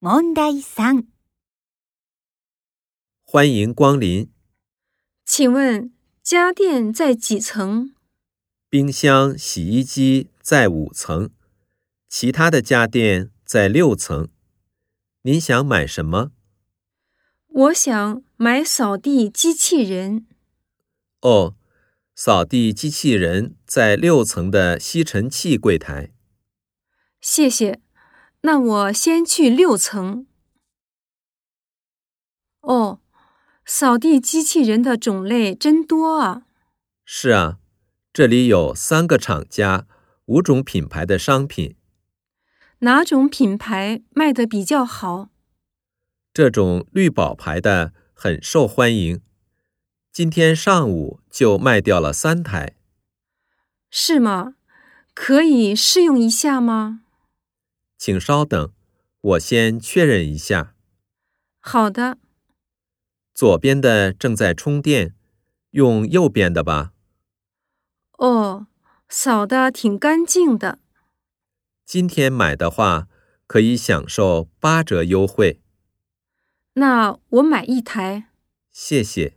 問題3欢迎光临。请问家电在几层？冰箱、洗衣机在五层，其他的家电在六层。您想买什么？我想买扫地机器人。哦，扫地机器人在六层的吸尘器柜台。谢谢，那我先去六层。哦，扫地机器人的种类真多啊！是啊，这里有三个厂家，五种品牌的商品。哪种品牌卖的比较好？这种绿宝牌的很受欢迎，今天上午就卖掉了三台。是吗？可以试用一下吗？请稍等，我先确认一下。好的，左边的正在充电，用右边的吧。哦，扫的挺干净的。今天买的话，可以享受八折优惠。那我买一台。谢谢。